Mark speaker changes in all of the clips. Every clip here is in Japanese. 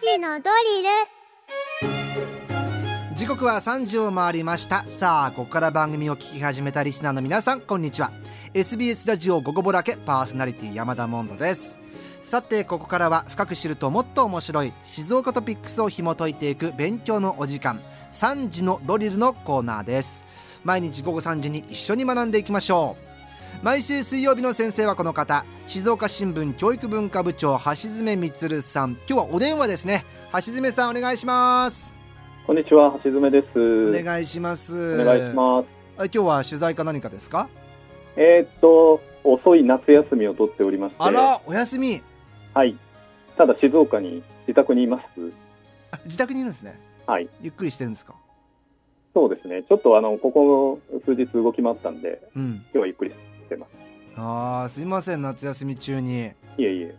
Speaker 1: 時のドリル
Speaker 2: 時刻は3時を回りましたさあここから番組を聞き始めたリスナーの皆さんこんにちは SBS ラジオ「午後ぼらけ」パーソナリティ山田モンドですさてここからは深く知るともっと面白い静岡トピックスを紐解いていく勉強のお時間3時のドリルのコーナーです毎日午後3時に一緒に学んでいきましょう毎週水曜日の先生はこの方静岡新聞教育文化部長橋爪充さん今日はお電話ですね橋爪さんお願いします
Speaker 3: こんにちは、橋爪です。
Speaker 2: お
Speaker 3: お
Speaker 2: 願いします。
Speaker 3: 願いします。
Speaker 2: あ今日は取材か何かですか？
Speaker 3: えーっと、遅い夏休みを取っておりまして、
Speaker 2: あら、お休み。
Speaker 3: はい。ただ静岡に自宅にいます。
Speaker 2: あ自宅にいるんですね。
Speaker 3: はい。
Speaker 2: ゆっくりしてるんですか？
Speaker 3: そうですね。ちょっとあのここ数日動き回ったんで、
Speaker 2: うん。
Speaker 3: 今日はゆっくりしてます。
Speaker 2: ああ、すいません夏休み中に
Speaker 3: いえいえ。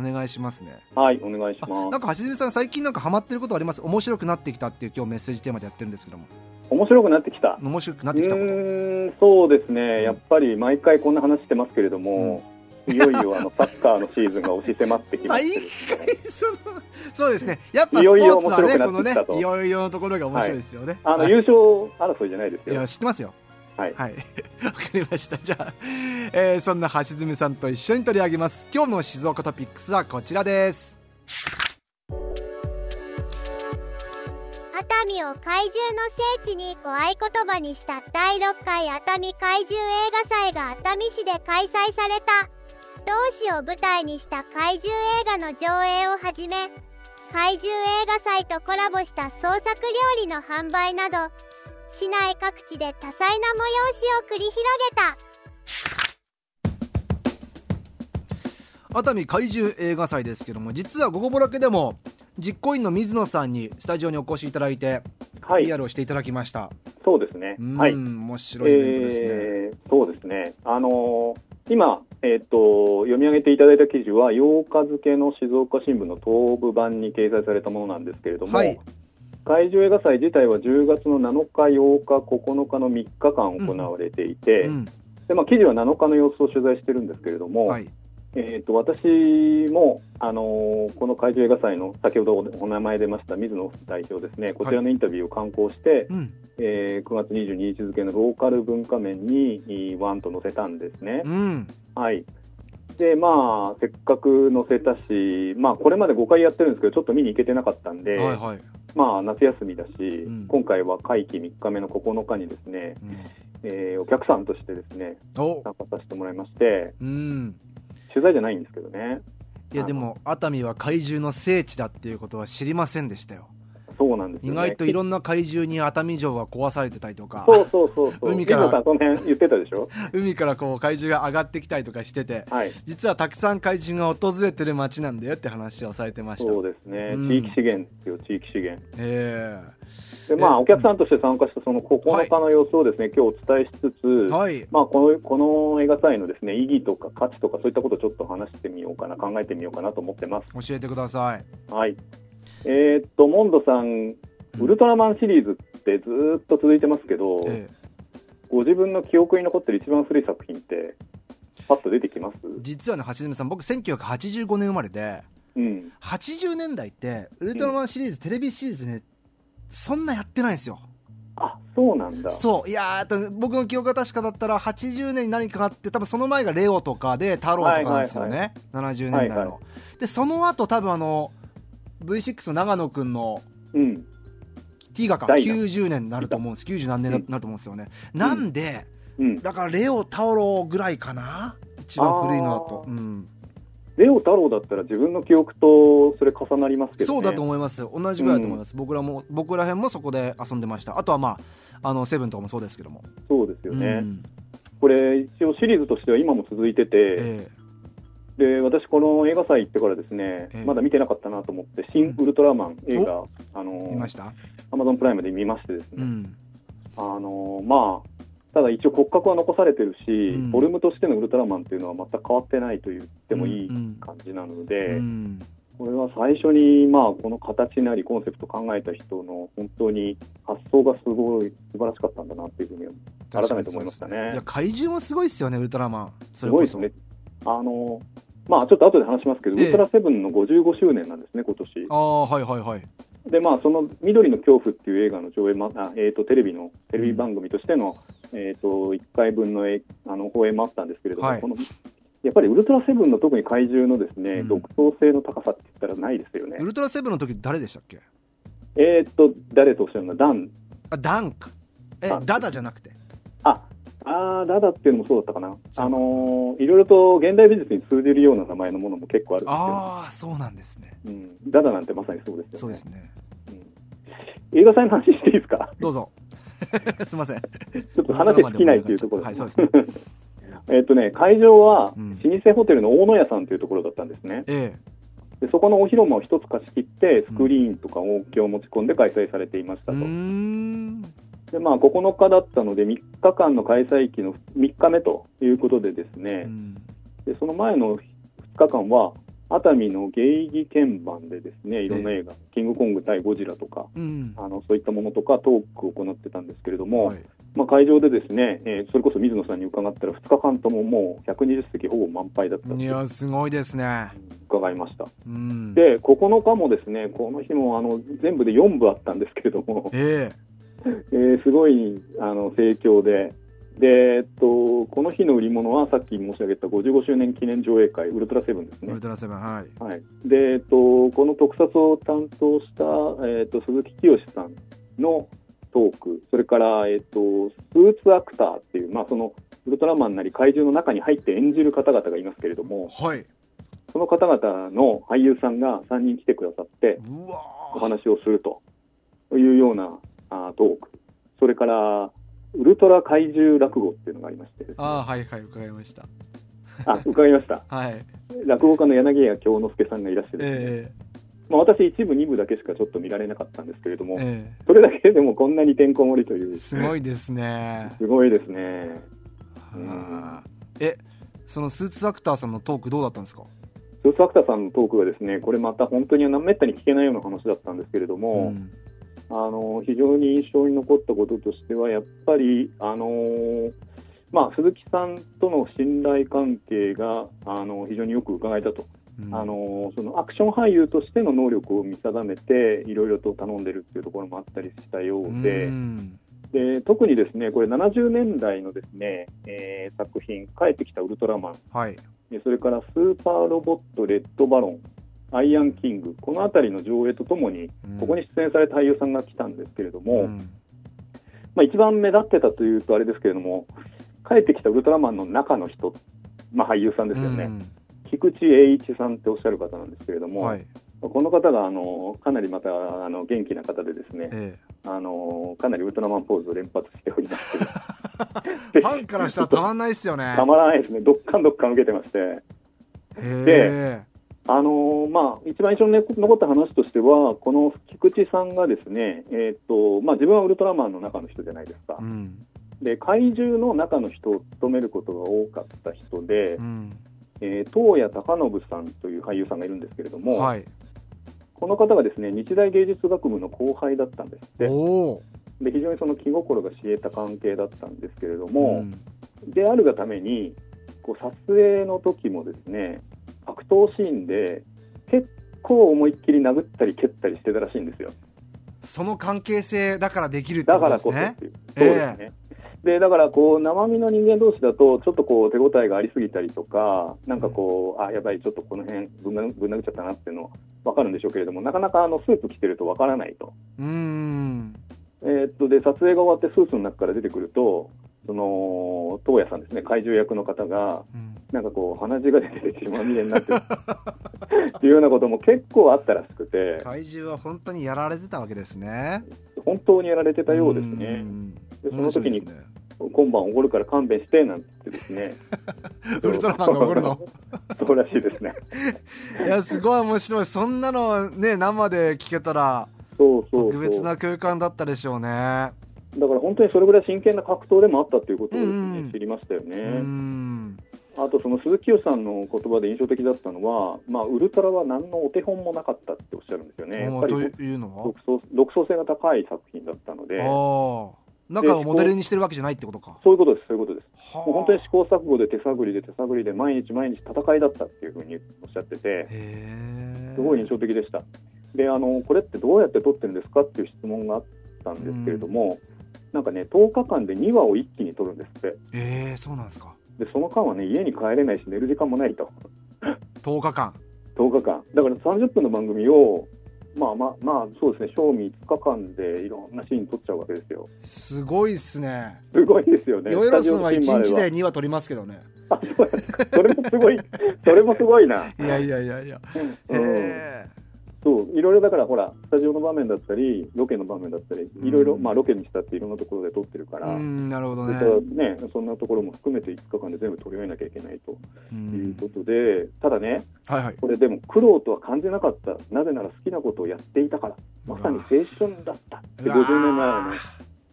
Speaker 2: お願いしますね。
Speaker 3: はい、お願いし
Speaker 2: あ
Speaker 3: ま
Speaker 2: なん
Speaker 3: す。
Speaker 2: か橋爪さん最近なんかハマってることあります？面白くなってきたっていう今日メッセージテーマでやってるんですけども、
Speaker 3: 面白くなってきた。
Speaker 2: 面白くな
Speaker 3: う
Speaker 2: ってきたこと。
Speaker 3: ーん、そうですね。やっぱり毎回こんな話してますけれども、いよいよあのサッカーのシーズンが押し迫ってきましてですね、
Speaker 2: そのそうですね。やっぱ
Speaker 3: い
Speaker 2: スポ
Speaker 3: よいよ
Speaker 2: ーツはね
Speaker 3: 面白
Speaker 2: こ
Speaker 3: く
Speaker 2: の
Speaker 3: なって
Speaker 2: ね
Speaker 3: きたと
Speaker 2: いろいろのところが面白いですよね。
Speaker 3: あの
Speaker 2: はい
Speaker 3: 優勝争いじゃないです
Speaker 2: い
Speaker 3: よ
Speaker 2: や。知ってますよ。
Speaker 3: はい
Speaker 2: はい、 わかりました。じゃあ、えーそんな橋爪さんと一緒に取り上げます。今日の静岡トピックスはこちらです。
Speaker 1: 熱海を怪獣の聖地にご合言葉にした第6回熱海怪獣映画祭が熱海市で開催された同市を舞台にした怪獣映画の上映をはじめ怪獣映画祭とコラボした創作料理の販売など市内各地で多彩な催しを繰り広げた
Speaker 2: 熱海怪獣映画祭ですけども、実は午後ぼらけでも実行委員の水野さんにスタジオにお越しいただいて、
Speaker 3: はい、
Speaker 2: PR をしていただきました。
Speaker 3: そうですね
Speaker 2: う。ん、
Speaker 3: はい。
Speaker 2: 面白いイベントですね。
Speaker 3: えーそうですね。あのー今、えっと読み上げていただいた記事は8日付の静岡新聞の東部版に掲載されたものなんですけれども、
Speaker 2: はい
Speaker 3: 会場映画祭自体は10月の7日、8日、9日の3日間行われていて、
Speaker 2: うん、
Speaker 3: でまあ、記事は7日の様子を取材してるんですけれども、
Speaker 2: はい、
Speaker 3: えー、と私も、あのーこの会場映画祭の先ほどお名前出ました水野代表ですね、こちらのインタビューを刊行して、
Speaker 2: うん、
Speaker 3: えー9月22日付のローカル文化面にえーワンと載せたんですね
Speaker 2: う。ん、
Speaker 3: はい、でまあせっかく載せたし、まあ、これまで5回やってるんですけどちょっと見に行けてなかったんで、
Speaker 2: はいはい、
Speaker 3: まあ、夏休みだし、
Speaker 2: ん
Speaker 3: 今回は会期3日目の9日にですね、
Speaker 2: うん、
Speaker 3: えーお客さんとしてですね
Speaker 2: お、
Speaker 3: 参加させてもらいまして
Speaker 2: うん。
Speaker 3: 取材じゃないんですけどね
Speaker 2: いやでも熱海は怪獣の聖地だっていうことは知りませんでしたよ。
Speaker 3: そうなんです
Speaker 2: 意
Speaker 3: よ、ね、
Speaker 2: 外といろんな怪獣に熱海城は壊されてたりとか。
Speaker 3: そうそうそうそう
Speaker 2: 海から
Speaker 3: 水野さんその辺言ってたでしょ
Speaker 2: 海からこう怪獣が上がってきたりとか してて
Speaker 3: はい
Speaker 2: 実はたくさん怪獣が訪れてる街なんだよって話をされてました
Speaker 3: そうですね、
Speaker 2: うん
Speaker 3: 地域資源ですよ地域資源
Speaker 2: え
Speaker 3: でまあ、
Speaker 2: え
Speaker 3: お客さんとして参加したその9日の様子をですね、今日お伝えしつつ、
Speaker 2: えはい
Speaker 3: まあ、このこの映画祭のですね意義とか価値とかそういったことをちょっと話してみようかな考えてみようかなと思ってま
Speaker 2: 教えてください
Speaker 3: す。はいえーっとモンドさんウルトラマンシリーズってずーっと続いてますけど、
Speaker 2: ええ
Speaker 3: ご自分の記憶に残ってる一番古い作品ってパッと出てきます、
Speaker 2: 実はね橋爪さん僕1985年生まれで
Speaker 3: うん、
Speaker 2: 80年代ってウルトラマンシリーズ、テレビシリーズねそんなやってないんですよ
Speaker 3: あそうなんだ
Speaker 2: そういやーと僕の記憶が確かだったら80年に何かがあって多分その前がレオとかで太郎とかなんですよね、70年代の、
Speaker 3: はいは
Speaker 2: でその後多分あの V6 の長野くんの
Speaker 3: うん、
Speaker 2: ティーガか
Speaker 3: ダイナ
Speaker 2: 90年になると思うんです90何年になると思うんですよね、なんで
Speaker 3: うん、
Speaker 2: だからレオタオロぐらいかな一番古いのだと、
Speaker 3: あ
Speaker 2: うん、
Speaker 3: レオ太郎だったら自分の記憶とそれ重なりますけど
Speaker 2: そ
Speaker 3: ね
Speaker 2: うだと思います同じぐらいだと思います、僕らも僕ら辺もそこで遊んでましたあとはまああのセブンとかもそうですけども、
Speaker 3: そうですよね、
Speaker 2: うん
Speaker 3: これ一応シリーズとしては今も続いてて、
Speaker 2: え
Speaker 3: で私この映画祭行ってからですね、
Speaker 2: ええ
Speaker 3: まだ見てなかったなと思って「新ウルトラマン」映画あの
Speaker 2: え見ました、
Speaker 3: アマゾンプライムで見ましてです
Speaker 2: う
Speaker 3: ね、
Speaker 2: ん、
Speaker 3: あのまあただ一応骨格は残されてるし、
Speaker 2: うん
Speaker 3: フォルムとしてのウルトラマンっていうのは全く変わってないと言ってもいい
Speaker 2: うん
Speaker 3: 感じなので、
Speaker 2: うん
Speaker 3: これは最初にまあこの形なりコンセプトを考えた人の本当に発想がすごい素晴らしかったんだなっていうふうに改めて思いましたね
Speaker 2: いや怪獣もすごいですよねウルトラマンそ
Speaker 3: す
Speaker 2: れこ
Speaker 3: ごい
Speaker 2: そ
Speaker 3: ですね。あのまあ、ちょっと後で話しますけど、
Speaker 2: ええ
Speaker 3: ウルトラセブンの55周年なんですね、今年
Speaker 2: ああはいはいはい
Speaker 3: で、まあ、その緑の恐怖っていう映画の上映、まあえー、とテレビのテレビ番組としての、えー、と1回分のえあの放映もあったんですけれども、
Speaker 2: はい
Speaker 3: このやっぱりウルトラセブンの特に怪獣のですね、
Speaker 2: うん
Speaker 3: 独創性の高さって言ったらないですよね
Speaker 2: ウ。ルトラセブンの時誰でしたっけ
Speaker 3: えっと、誰とおっしゃるのダン。
Speaker 2: あダンかえ
Speaker 3: ダン
Speaker 2: ダダじゃなくて
Speaker 3: ああーダダっていうのもそうだったかな、
Speaker 2: そう
Speaker 3: あのーいろいろと現代美術に通じるような名前のものも結構あるんですよ
Speaker 2: ああそうなんですね
Speaker 3: うん、ダダなんてまさにそうです
Speaker 2: そう
Speaker 3: よね
Speaker 2: ですね
Speaker 3: うん映画祭の話していいで すか、
Speaker 2: どうぞすいません
Speaker 3: ちょっと話尽きないっていうところ
Speaker 2: は
Speaker 3: で
Speaker 2: い
Speaker 3: す
Speaker 2: そう
Speaker 3: ね
Speaker 2: ですね
Speaker 3: えっとね、会場は
Speaker 2: うん
Speaker 3: 老舗ホテルの大野屋さんというところだったんですね、
Speaker 2: え え
Speaker 3: でそこのお広間を一つ貸し切って、スクリーンとか音響を持ち込んで開催されていました
Speaker 2: う
Speaker 3: と、
Speaker 2: ーん
Speaker 3: でまあ、9日だったので、3日間の開催期の3日目ということで、ですね、
Speaker 2: うん
Speaker 3: でその前の2日間は熱海の芸妓鍵盤でですねいろんな映画、キングコング対ゴジラとか
Speaker 2: うん
Speaker 3: あのそういったものとかトークを行ってたんですけれども、
Speaker 2: はい
Speaker 3: まあ、会場でですね、えーそれこそ水野さんに伺ったら2日間とももう120席ほぼ満杯だった
Speaker 2: い
Speaker 3: と
Speaker 2: やすごいですね
Speaker 3: 伺いました
Speaker 2: うん
Speaker 3: で9日もですねこの日もあの全部で4部あったんですけれど も、
Speaker 2: ええ
Speaker 3: えーすごいあの盛況で。でえっと、この日の売り物はさっき申し上げた55周年記念上映会、ウルトラセブンですね
Speaker 2: ウル、トラセブンはい
Speaker 3: はい、で、えっと、この特撮を担当した、えっと、鈴木清さんのトーク、それから、えっと、スーツアクターっていう、まあ、そのウルトラマンなり怪獣の中に入って演じる方々がいますけれども、
Speaker 2: はい
Speaker 3: その方々の俳優さんが3人来てくださって、
Speaker 2: うわー
Speaker 3: お話をするというようなあトーク、それから、ウルトラ怪獣落語っていうのがありましてですね、
Speaker 2: ああはいはい伺いました
Speaker 3: あ伺いました、
Speaker 2: はい
Speaker 3: 落語家の柳家京之助さんがいらっしゃる、
Speaker 2: え
Speaker 3: まあ、私、一部、二部だけしかちょっと見られなかったんですけれど
Speaker 2: え
Speaker 3: も、
Speaker 2: え
Speaker 3: それだけでもこんなにてんこ盛りとい
Speaker 2: え
Speaker 3: う、
Speaker 2: すごいですね
Speaker 3: すごいですね。うん
Speaker 2: あーえそのスーツアクターさんのトークどうだったんですか
Speaker 3: スーツアクターさんのトークがですね、これまた本当にめったに聞けないような話だったんですけれども、
Speaker 2: ん
Speaker 3: あの非常に印象に残ったこととしては、やっぱり、あのーまあ、鈴木さんとの信頼関係が、あの非常によく伺えたと、
Speaker 2: うん
Speaker 3: あのそのアクション俳優としての能力を見定めて、いろいろと頼んでるっていうところもあったりしたようで。
Speaker 2: うん
Speaker 3: で特にですねこれ70年代のですね、えー作品「帰ってきたウルトラマン
Speaker 2: はい」
Speaker 3: でそれから「スーパーロボットレッドバロン」「アイアンキング」この辺りの上映とともにここ
Speaker 2: に
Speaker 3: に出演された俳優さんが来たんですけれども、
Speaker 2: うん
Speaker 3: まあ、一番目立ってたというとあれですけれども帰ってきたウルトラマンの中の人、まあ、俳優さんですよね、菊池栄一さんっておっしゃる方なんですけれど
Speaker 2: うん
Speaker 3: も、
Speaker 2: はい
Speaker 3: この方があのかなりまたあの元気な方でですね、
Speaker 2: え
Speaker 3: あのかなりウルトラマンポーズを連発しておりますけど
Speaker 2: えファンからしたらたまんないですよ ね
Speaker 3: たまらないですね、どっかんどっかん受けてまして、
Speaker 2: え
Speaker 3: あのーまあ、一番印象に残った話としては、この菊池さんがですね、えーっとまあ、自分はウルトラマンの中の人じゃないですか
Speaker 2: えう、ん
Speaker 3: で怪獣の中の人を務めることが多かった人で
Speaker 2: う、ん
Speaker 3: えー東谷隆信さんという俳優さんがいるんですけれども、
Speaker 2: はい
Speaker 3: この方がですね日大芸術学部の後輩だったんですって
Speaker 2: おお
Speaker 3: で、非常にその気心が知れた関係だったんですけれど
Speaker 2: う
Speaker 3: も、
Speaker 2: ん
Speaker 3: であるがためにこう撮影の時もですね格闘シーンで結構思いっきり殴ったり蹴ったりしてたらしいんですよ
Speaker 2: その関係性だからできるって
Speaker 3: だ
Speaker 2: こ
Speaker 3: か
Speaker 2: とで
Speaker 3: ら
Speaker 2: す
Speaker 3: こそっ
Speaker 2: ね
Speaker 3: ていう、
Speaker 2: ええ
Speaker 3: そうですねでだからこう生身の人間同士だとちょっとこう手応えがありすぎたりとかなんかこうあやばいちょっとこの辺ぶん殴ぶん殴っちゃったなっていうのは分かるんでしょうけれどもなかなかあのスーツ着てると分からないと
Speaker 2: うん
Speaker 3: えーっとで撮影が終わってスーツの中から出てくるとその東谷さんですね怪獣役の方が
Speaker 2: うん
Speaker 3: なんかこう鼻血が出てて血まみれになってるっていうようなことも結構あったらしくて
Speaker 2: 怪獣は本当にやられてたわけですね
Speaker 3: 本当にやられてたようですね
Speaker 2: ん
Speaker 3: でその時
Speaker 2: 面白い
Speaker 3: に
Speaker 2: ですね
Speaker 3: 今晩おごるから勘弁してなんて言ってですね
Speaker 2: ウルトラマンが怒るの
Speaker 3: そうらしいですね
Speaker 2: いやすごい面白いそんなのね生で聞けたら
Speaker 3: そうそう
Speaker 2: 特
Speaker 3: そう
Speaker 2: 別な空間だったでしょうね
Speaker 3: だから本当にそれぐらい真剣な格闘でもあったっていうことをですね、
Speaker 2: うんうん
Speaker 3: 知りましたよね、
Speaker 2: うん
Speaker 3: あとその鈴木清さんの言葉で印象的だったのは、まあ、ウルトラは何のお手本もなかったっておっしゃるんですよねやっ
Speaker 2: も
Speaker 3: ぱ
Speaker 2: う
Speaker 3: り
Speaker 2: というのは
Speaker 3: 独創独創性が高い作品だったので
Speaker 2: ああ中をモデルにしてるわけじゃないってことか
Speaker 3: そういうことですそういうことです
Speaker 2: は
Speaker 3: もう本当に試行錯誤で手探りで手探りで毎日毎日戦いだったっていうふうにおっしゃってて
Speaker 2: へえ
Speaker 3: すごい印象的でした。であのこれってどうやって撮ってるんですかっていう質問があったんですけれども、なんかね10日間で2話を一気に撮るんですって
Speaker 2: えー、そうなんですか
Speaker 3: でその間はね家に帰れないし寝る時間もないと
Speaker 2: 10日間
Speaker 3: 10日間だから30分の番組をまあまあまあそうですね賞味5日間でいろんなシーン撮っちゃうわけですよ
Speaker 2: すごいっすね
Speaker 3: すごいです よね
Speaker 2: ヨエロスンは1
Speaker 3: スタジオのシ
Speaker 2: 日
Speaker 3: ーン
Speaker 2: で
Speaker 3: ま
Speaker 2: 2話撮りますけどね
Speaker 3: それもすごいそれもすごいない
Speaker 2: やいやいやいや
Speaker 3: うん
Speaker 2: へ
Speaker 3: そういろいろだからほらスタジオの場面だったりロケの場面だったりいろいろ、
Speaker 2: うん
Speaker 3: まあロケにしたっていろんなところで撮ってるか
Speaker 2: え
Speaker 3: ら、
Speaker 2: うんなるほど
Speaker 3: そうい
Speaker 2: ね
Speaker 3: ったね、そんなところも含めて5日間で全部撮り終えなきゃいけないと
Speaker 2: う
Speaker 3: いうんことで、ただね、
Speaker 2: はいはい
Speaker 3: これでも苦労とは感じなかった、なぜなら好きなことをやっていたから、まさに青春だったって50年前をね、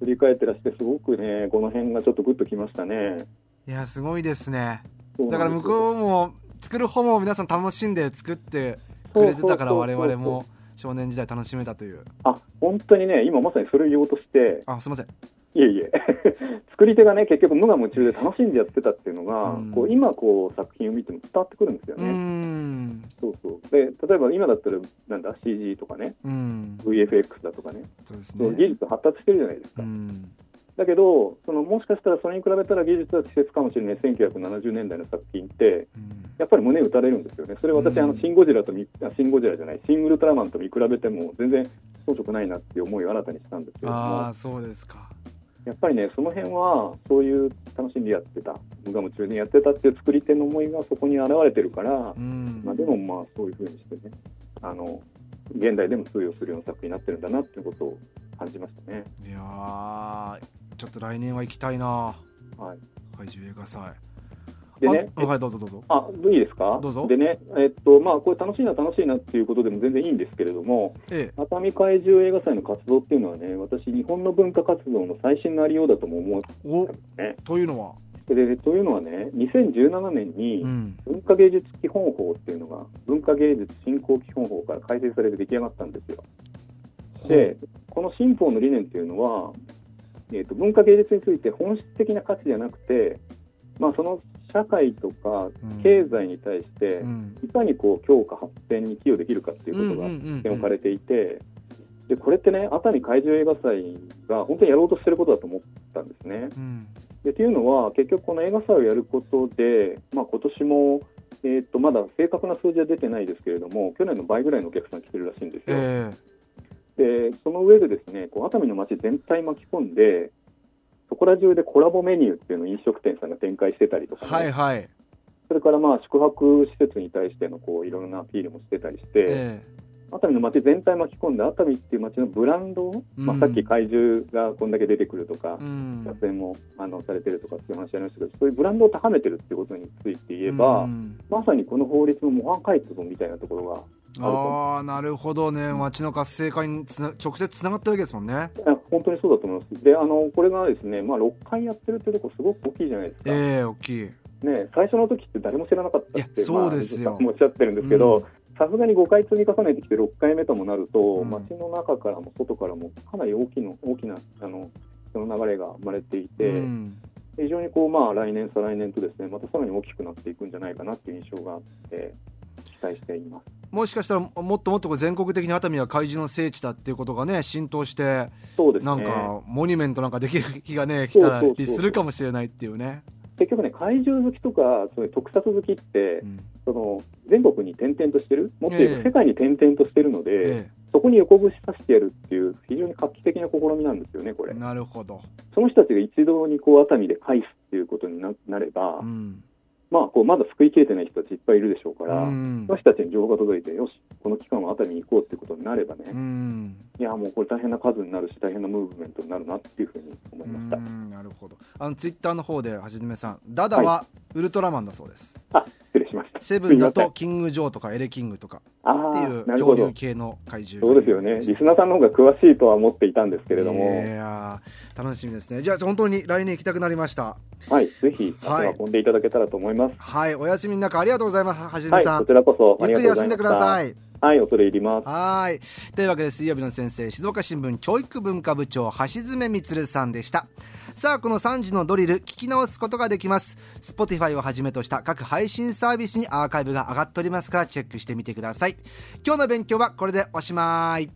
Speaker 3: 振り返ってらして、すごくね、この辺がちょっとグッときましたね。
Speaker 2: いやすごいですね
Speaker 3: そう
Speaker 2: だか
Speaker 3: な
Speaker 2: ら
Speaker 3: ん
Speaker 2: 向
Speaker 3: です
Speaker 2: こ
Speaker 3: よ
Speaker 2: うも作る方も皆さん楽しんで作ってくれてたから
Speaker 3: そうそ
Speaker 2: 我
Speaker 3: うそうそう
Speaker 2: 々も少年時代楽しめたという
Speaker 3: あ本当にね、今まさにそれを言おうとして、
Speaker 2: あすいません
Speaker 3: いえい え、作り手がね、結局無我夢中で楽しんでやってたっていうのが、
Speaker 2: うん
Speaker 3: こう今こう、作品を見ても伝わってくるんですよ
Speaker 2: う
Speaker 3: ね。
Speaker 2: ん
Speaker 3: そうそうで例えば今だったら、なんだ、CG とかね、
Speaker 2: うん、
Speaker 3: VFX だとかね、
Speaker 2: そうです
Speaker 3: そう技
Speaker 2: ね。
Speaker 3: 術発達してるじゃないですか、
Speaker 2: うん、
Speaker 3: だけどそのもしかしたらそれに比べたら技術は稚拙かもしれない1970年代の作品って
Speaker 2: うん
Speaker 3: やっぱり胸打たれるんですよねそれ私、
Speaker 2: うん
Speaker 3: あのシン・ゴジラとみあシン・ゴジラじゃないシン・ウルトラマンと見比べても全然遜色ないなっていう思いを新たにしたんですけれど
Speaker 2: あ
Speaker 3: も
Speaker 2: あ、そうですか。
Speaker 3: やっぱりねその辺はそういう楽しんでやってた無我夢中にやってたっていう作り手の思いがそこに現れてるから
Speaker 2: う、ん。
Speaker 3: まあ、でもまあそういうふうにしてねあの現代でも通用するような作品になってるんだなっていうことを感じましたね。
Speaker 2: いやー、ちょっと来年は行きたいな。
Speaker 3: はい、
Speaker 2: 怪獣映画祭。
Speaker 3: でね
Speaker 2: あはい、どうぞどうぞ。
Speaker 3: あいいですか
Speaker 2: どうぞ
Speaker 3: でね、えっとまあ、これ楽しいな、楽しいなっていうことでも全然いいんですけれども、
Speaker 2: え
Speaker 3: 熱海怪獣映画祭の活動っていうのはね、私、日本の文化活動の最新のありようだとも思っ
Speaker 2: え、お
Speaker 3: たん、ですね。
Speaker 2: というのは。
Speaker 3: でというのはね、2017年に
Speaker 2: うん。
Speaker 3: 文化芸術基本法っていうのが、文化芸術振興基本法から改正されて出来上がったんですよ。で、この新法の理念っていうのは、えっと文化芸術について本質的な価値じゃなくて、まあ、その社会とか
Speaker 2: うん
Speaker 3: 経済に対して、
Speaker 2: うん。
Speaker 3: いかにこう強化発展に寄与できるかっていうことが
Speaker 2: ん
Speaker 3: 点をかれていて、でこれってね熱海怪獣映画祭が本当にやろうとしてることだと思ったんですね。
Speaker 2: うん。
Speaker 3: でっていうのは結局この映画祭をやることで、まあ、今年も、えー、とまだ正確な数字は出てないですけれども去年の倍ぐらいのお客さん来てるらしいんですよ。
Speaker 2: え
Speaker 3: でその上でですねこう熱海の街全体巻き込んでそこら中でコラボメニューっていうのを飲食店さんが展開してたりと
Speaker 2: え
Speaker 3: かね、
Speaker 2: はいはい。え
Speaker 3: それからまあ宿泊施設に対してのこういろんなアピールもしてたりして。
Speaker 2: え
Speaker 3: 熱海の街全体巻き込んで熱海っていう街のブランドを、
Speaker 2: うん
Speaker 3: まあ、さっき怪獣がこんだけ出てくるとか
Speaker 2: う、ん。
Speaker 3: 撮影もあのされてるとかっていう話ありましたけどそういうブランドを高めてるっていうことについて言えば、
Speaker 2: うん
Speaker 3: まさにこの法律の模範解決みたいなところ
Speaker 2: ああ、なるほどね。町の活性化につな直接つながってるわけですもんね。
Speaker 3: があ本当にそうだと思いますであのこれがですね、まあ、6回やってるっていうところすごく大きいじゃないですか、
Speaker 2: ええ、大きい。
Speaker 3: ね、最初の時って誰も知らなかったっ
Speaker 2: い
Speaker 3: て
Speaker 2: やそうですよ
Speaker 3: まあ、おっしゃってるんですけ
Speaker 2: うん
Speaker 3: どさすがに5回積み重ねてきて6回目ともなると、
Speaker 2: ん
Speaker 3: 街の中からも外からもかなり大きの大きなあのその流れが生まれていて、
Speaker 2: うん。
Speaker 3: 非常にこう、まあ、来年再来年とですねまたさらに大きくなっていくんじゃないかなっていう印象があって期待しています。
Speaker 2: もしかしたらももっともっとこう全国的に熱海は怪獣の聖地だっていうことがね浸透して
Speaker 3: そうですね
Speaker 2: なんかモニュメントなんかできる日がね来た
Speaker 3: そうそうそ
Speaker 2: り
Speaker 3: う
Speaker 2: するかもしれないっていうね。
Speaker 3: 結局ね怪獣好きとかそういう特撮好きって、
Speaker 2: うん
Speaker 3: その全国に転々としてるもっと言え
Speaker 2: ええ
Speaker 3: ば世界に転々としてるので、
Speaker 2: え
Speaker 3: そこに横串刺してやるっていう非常に画期的な試みなんですよねこ
Speaker 2: え
Speaker 3: れ。
Speaker 2: なるほど。
Speaker 3: その人たちが一堂にこう熱海で返すっていうことにななれば、
Speaker 2: うん。
Speaker 3: まあ、こうまだ救いきれてない人たちいっぱいいるでしょうか
Speaker 2: う
Speaker 3: ら、
Speaker 2: ん
Speaker 3: その。人たちに情報が届いて、よし、この期間は熱海に行こうっていうことになればね、
Speaker 2: うん。
Speaker 3: いや、もうこれ大変な数になるし、大変なムーブメントになるなっていうふうに思いました。
Speaker 2: うんなるほど。あのツイッターの方ではじめさん、ダダはウルトラマンだそうです。
Speaker 3: あ失礼しました。
Speaker 2: セブンだ
Speaker 3: すい
Speaker 2: と
Speaker 3: ま
Speaker 2: キングジョーとかエレキングとか
Speaker 3: せん、
Speaker 2: ってい
Speaker 3: あ
Speaker 2: う
Speaker 3: あ、な
Speaker 2: 恐
Speaker 3: るほ
Speaker 2: 竜
Speaker 3: ど。
Speaker 2: 系の怪獣。
Speaker 3: そうですよね。リスナーさんの方が詳しいとは思っていたんですけれども、
Speaker 2: いやー楽しみですね。じゃあ本当に来年行きたくなりました。
Speaker 3: はい、ぜひ、
Speaker 2: はい
Speaker 3: 足を運んでいただけたらと思います。
Speaker 2: はい、お休みの中ありがとうございます。はじ
Speaker 3: は
Speaker 2: め
Speaker 3: い、
Speaker 2: さん
Speaker 3: こち。らこそあ
Speaker 2: ゆ
Speaker 3: り
Speaker 2: っ
Speaker 3: が
Speaker 2: く
Speaker 3: と
Speaker 2: り休
Speaker 3: うござい
Speaker 2: ん
Speaker 3: ま
Speaker 2: で
Speaker 3: し
Speaker 2: くだ
Speaker 3: た
Speaker 2: さ。い。
Speaker 3: はい、恐れ入ります。
Speaker 2: はいというわけで水曜日の先生静岡新聞教育文化部長橋爪充さんでしたさあこの3時のドリル聞き直すことができます Spotify をはじめとした各配信サービスにアーカイブが上がっておりますからチェックしてみてください今日の勉強はこれでおしまい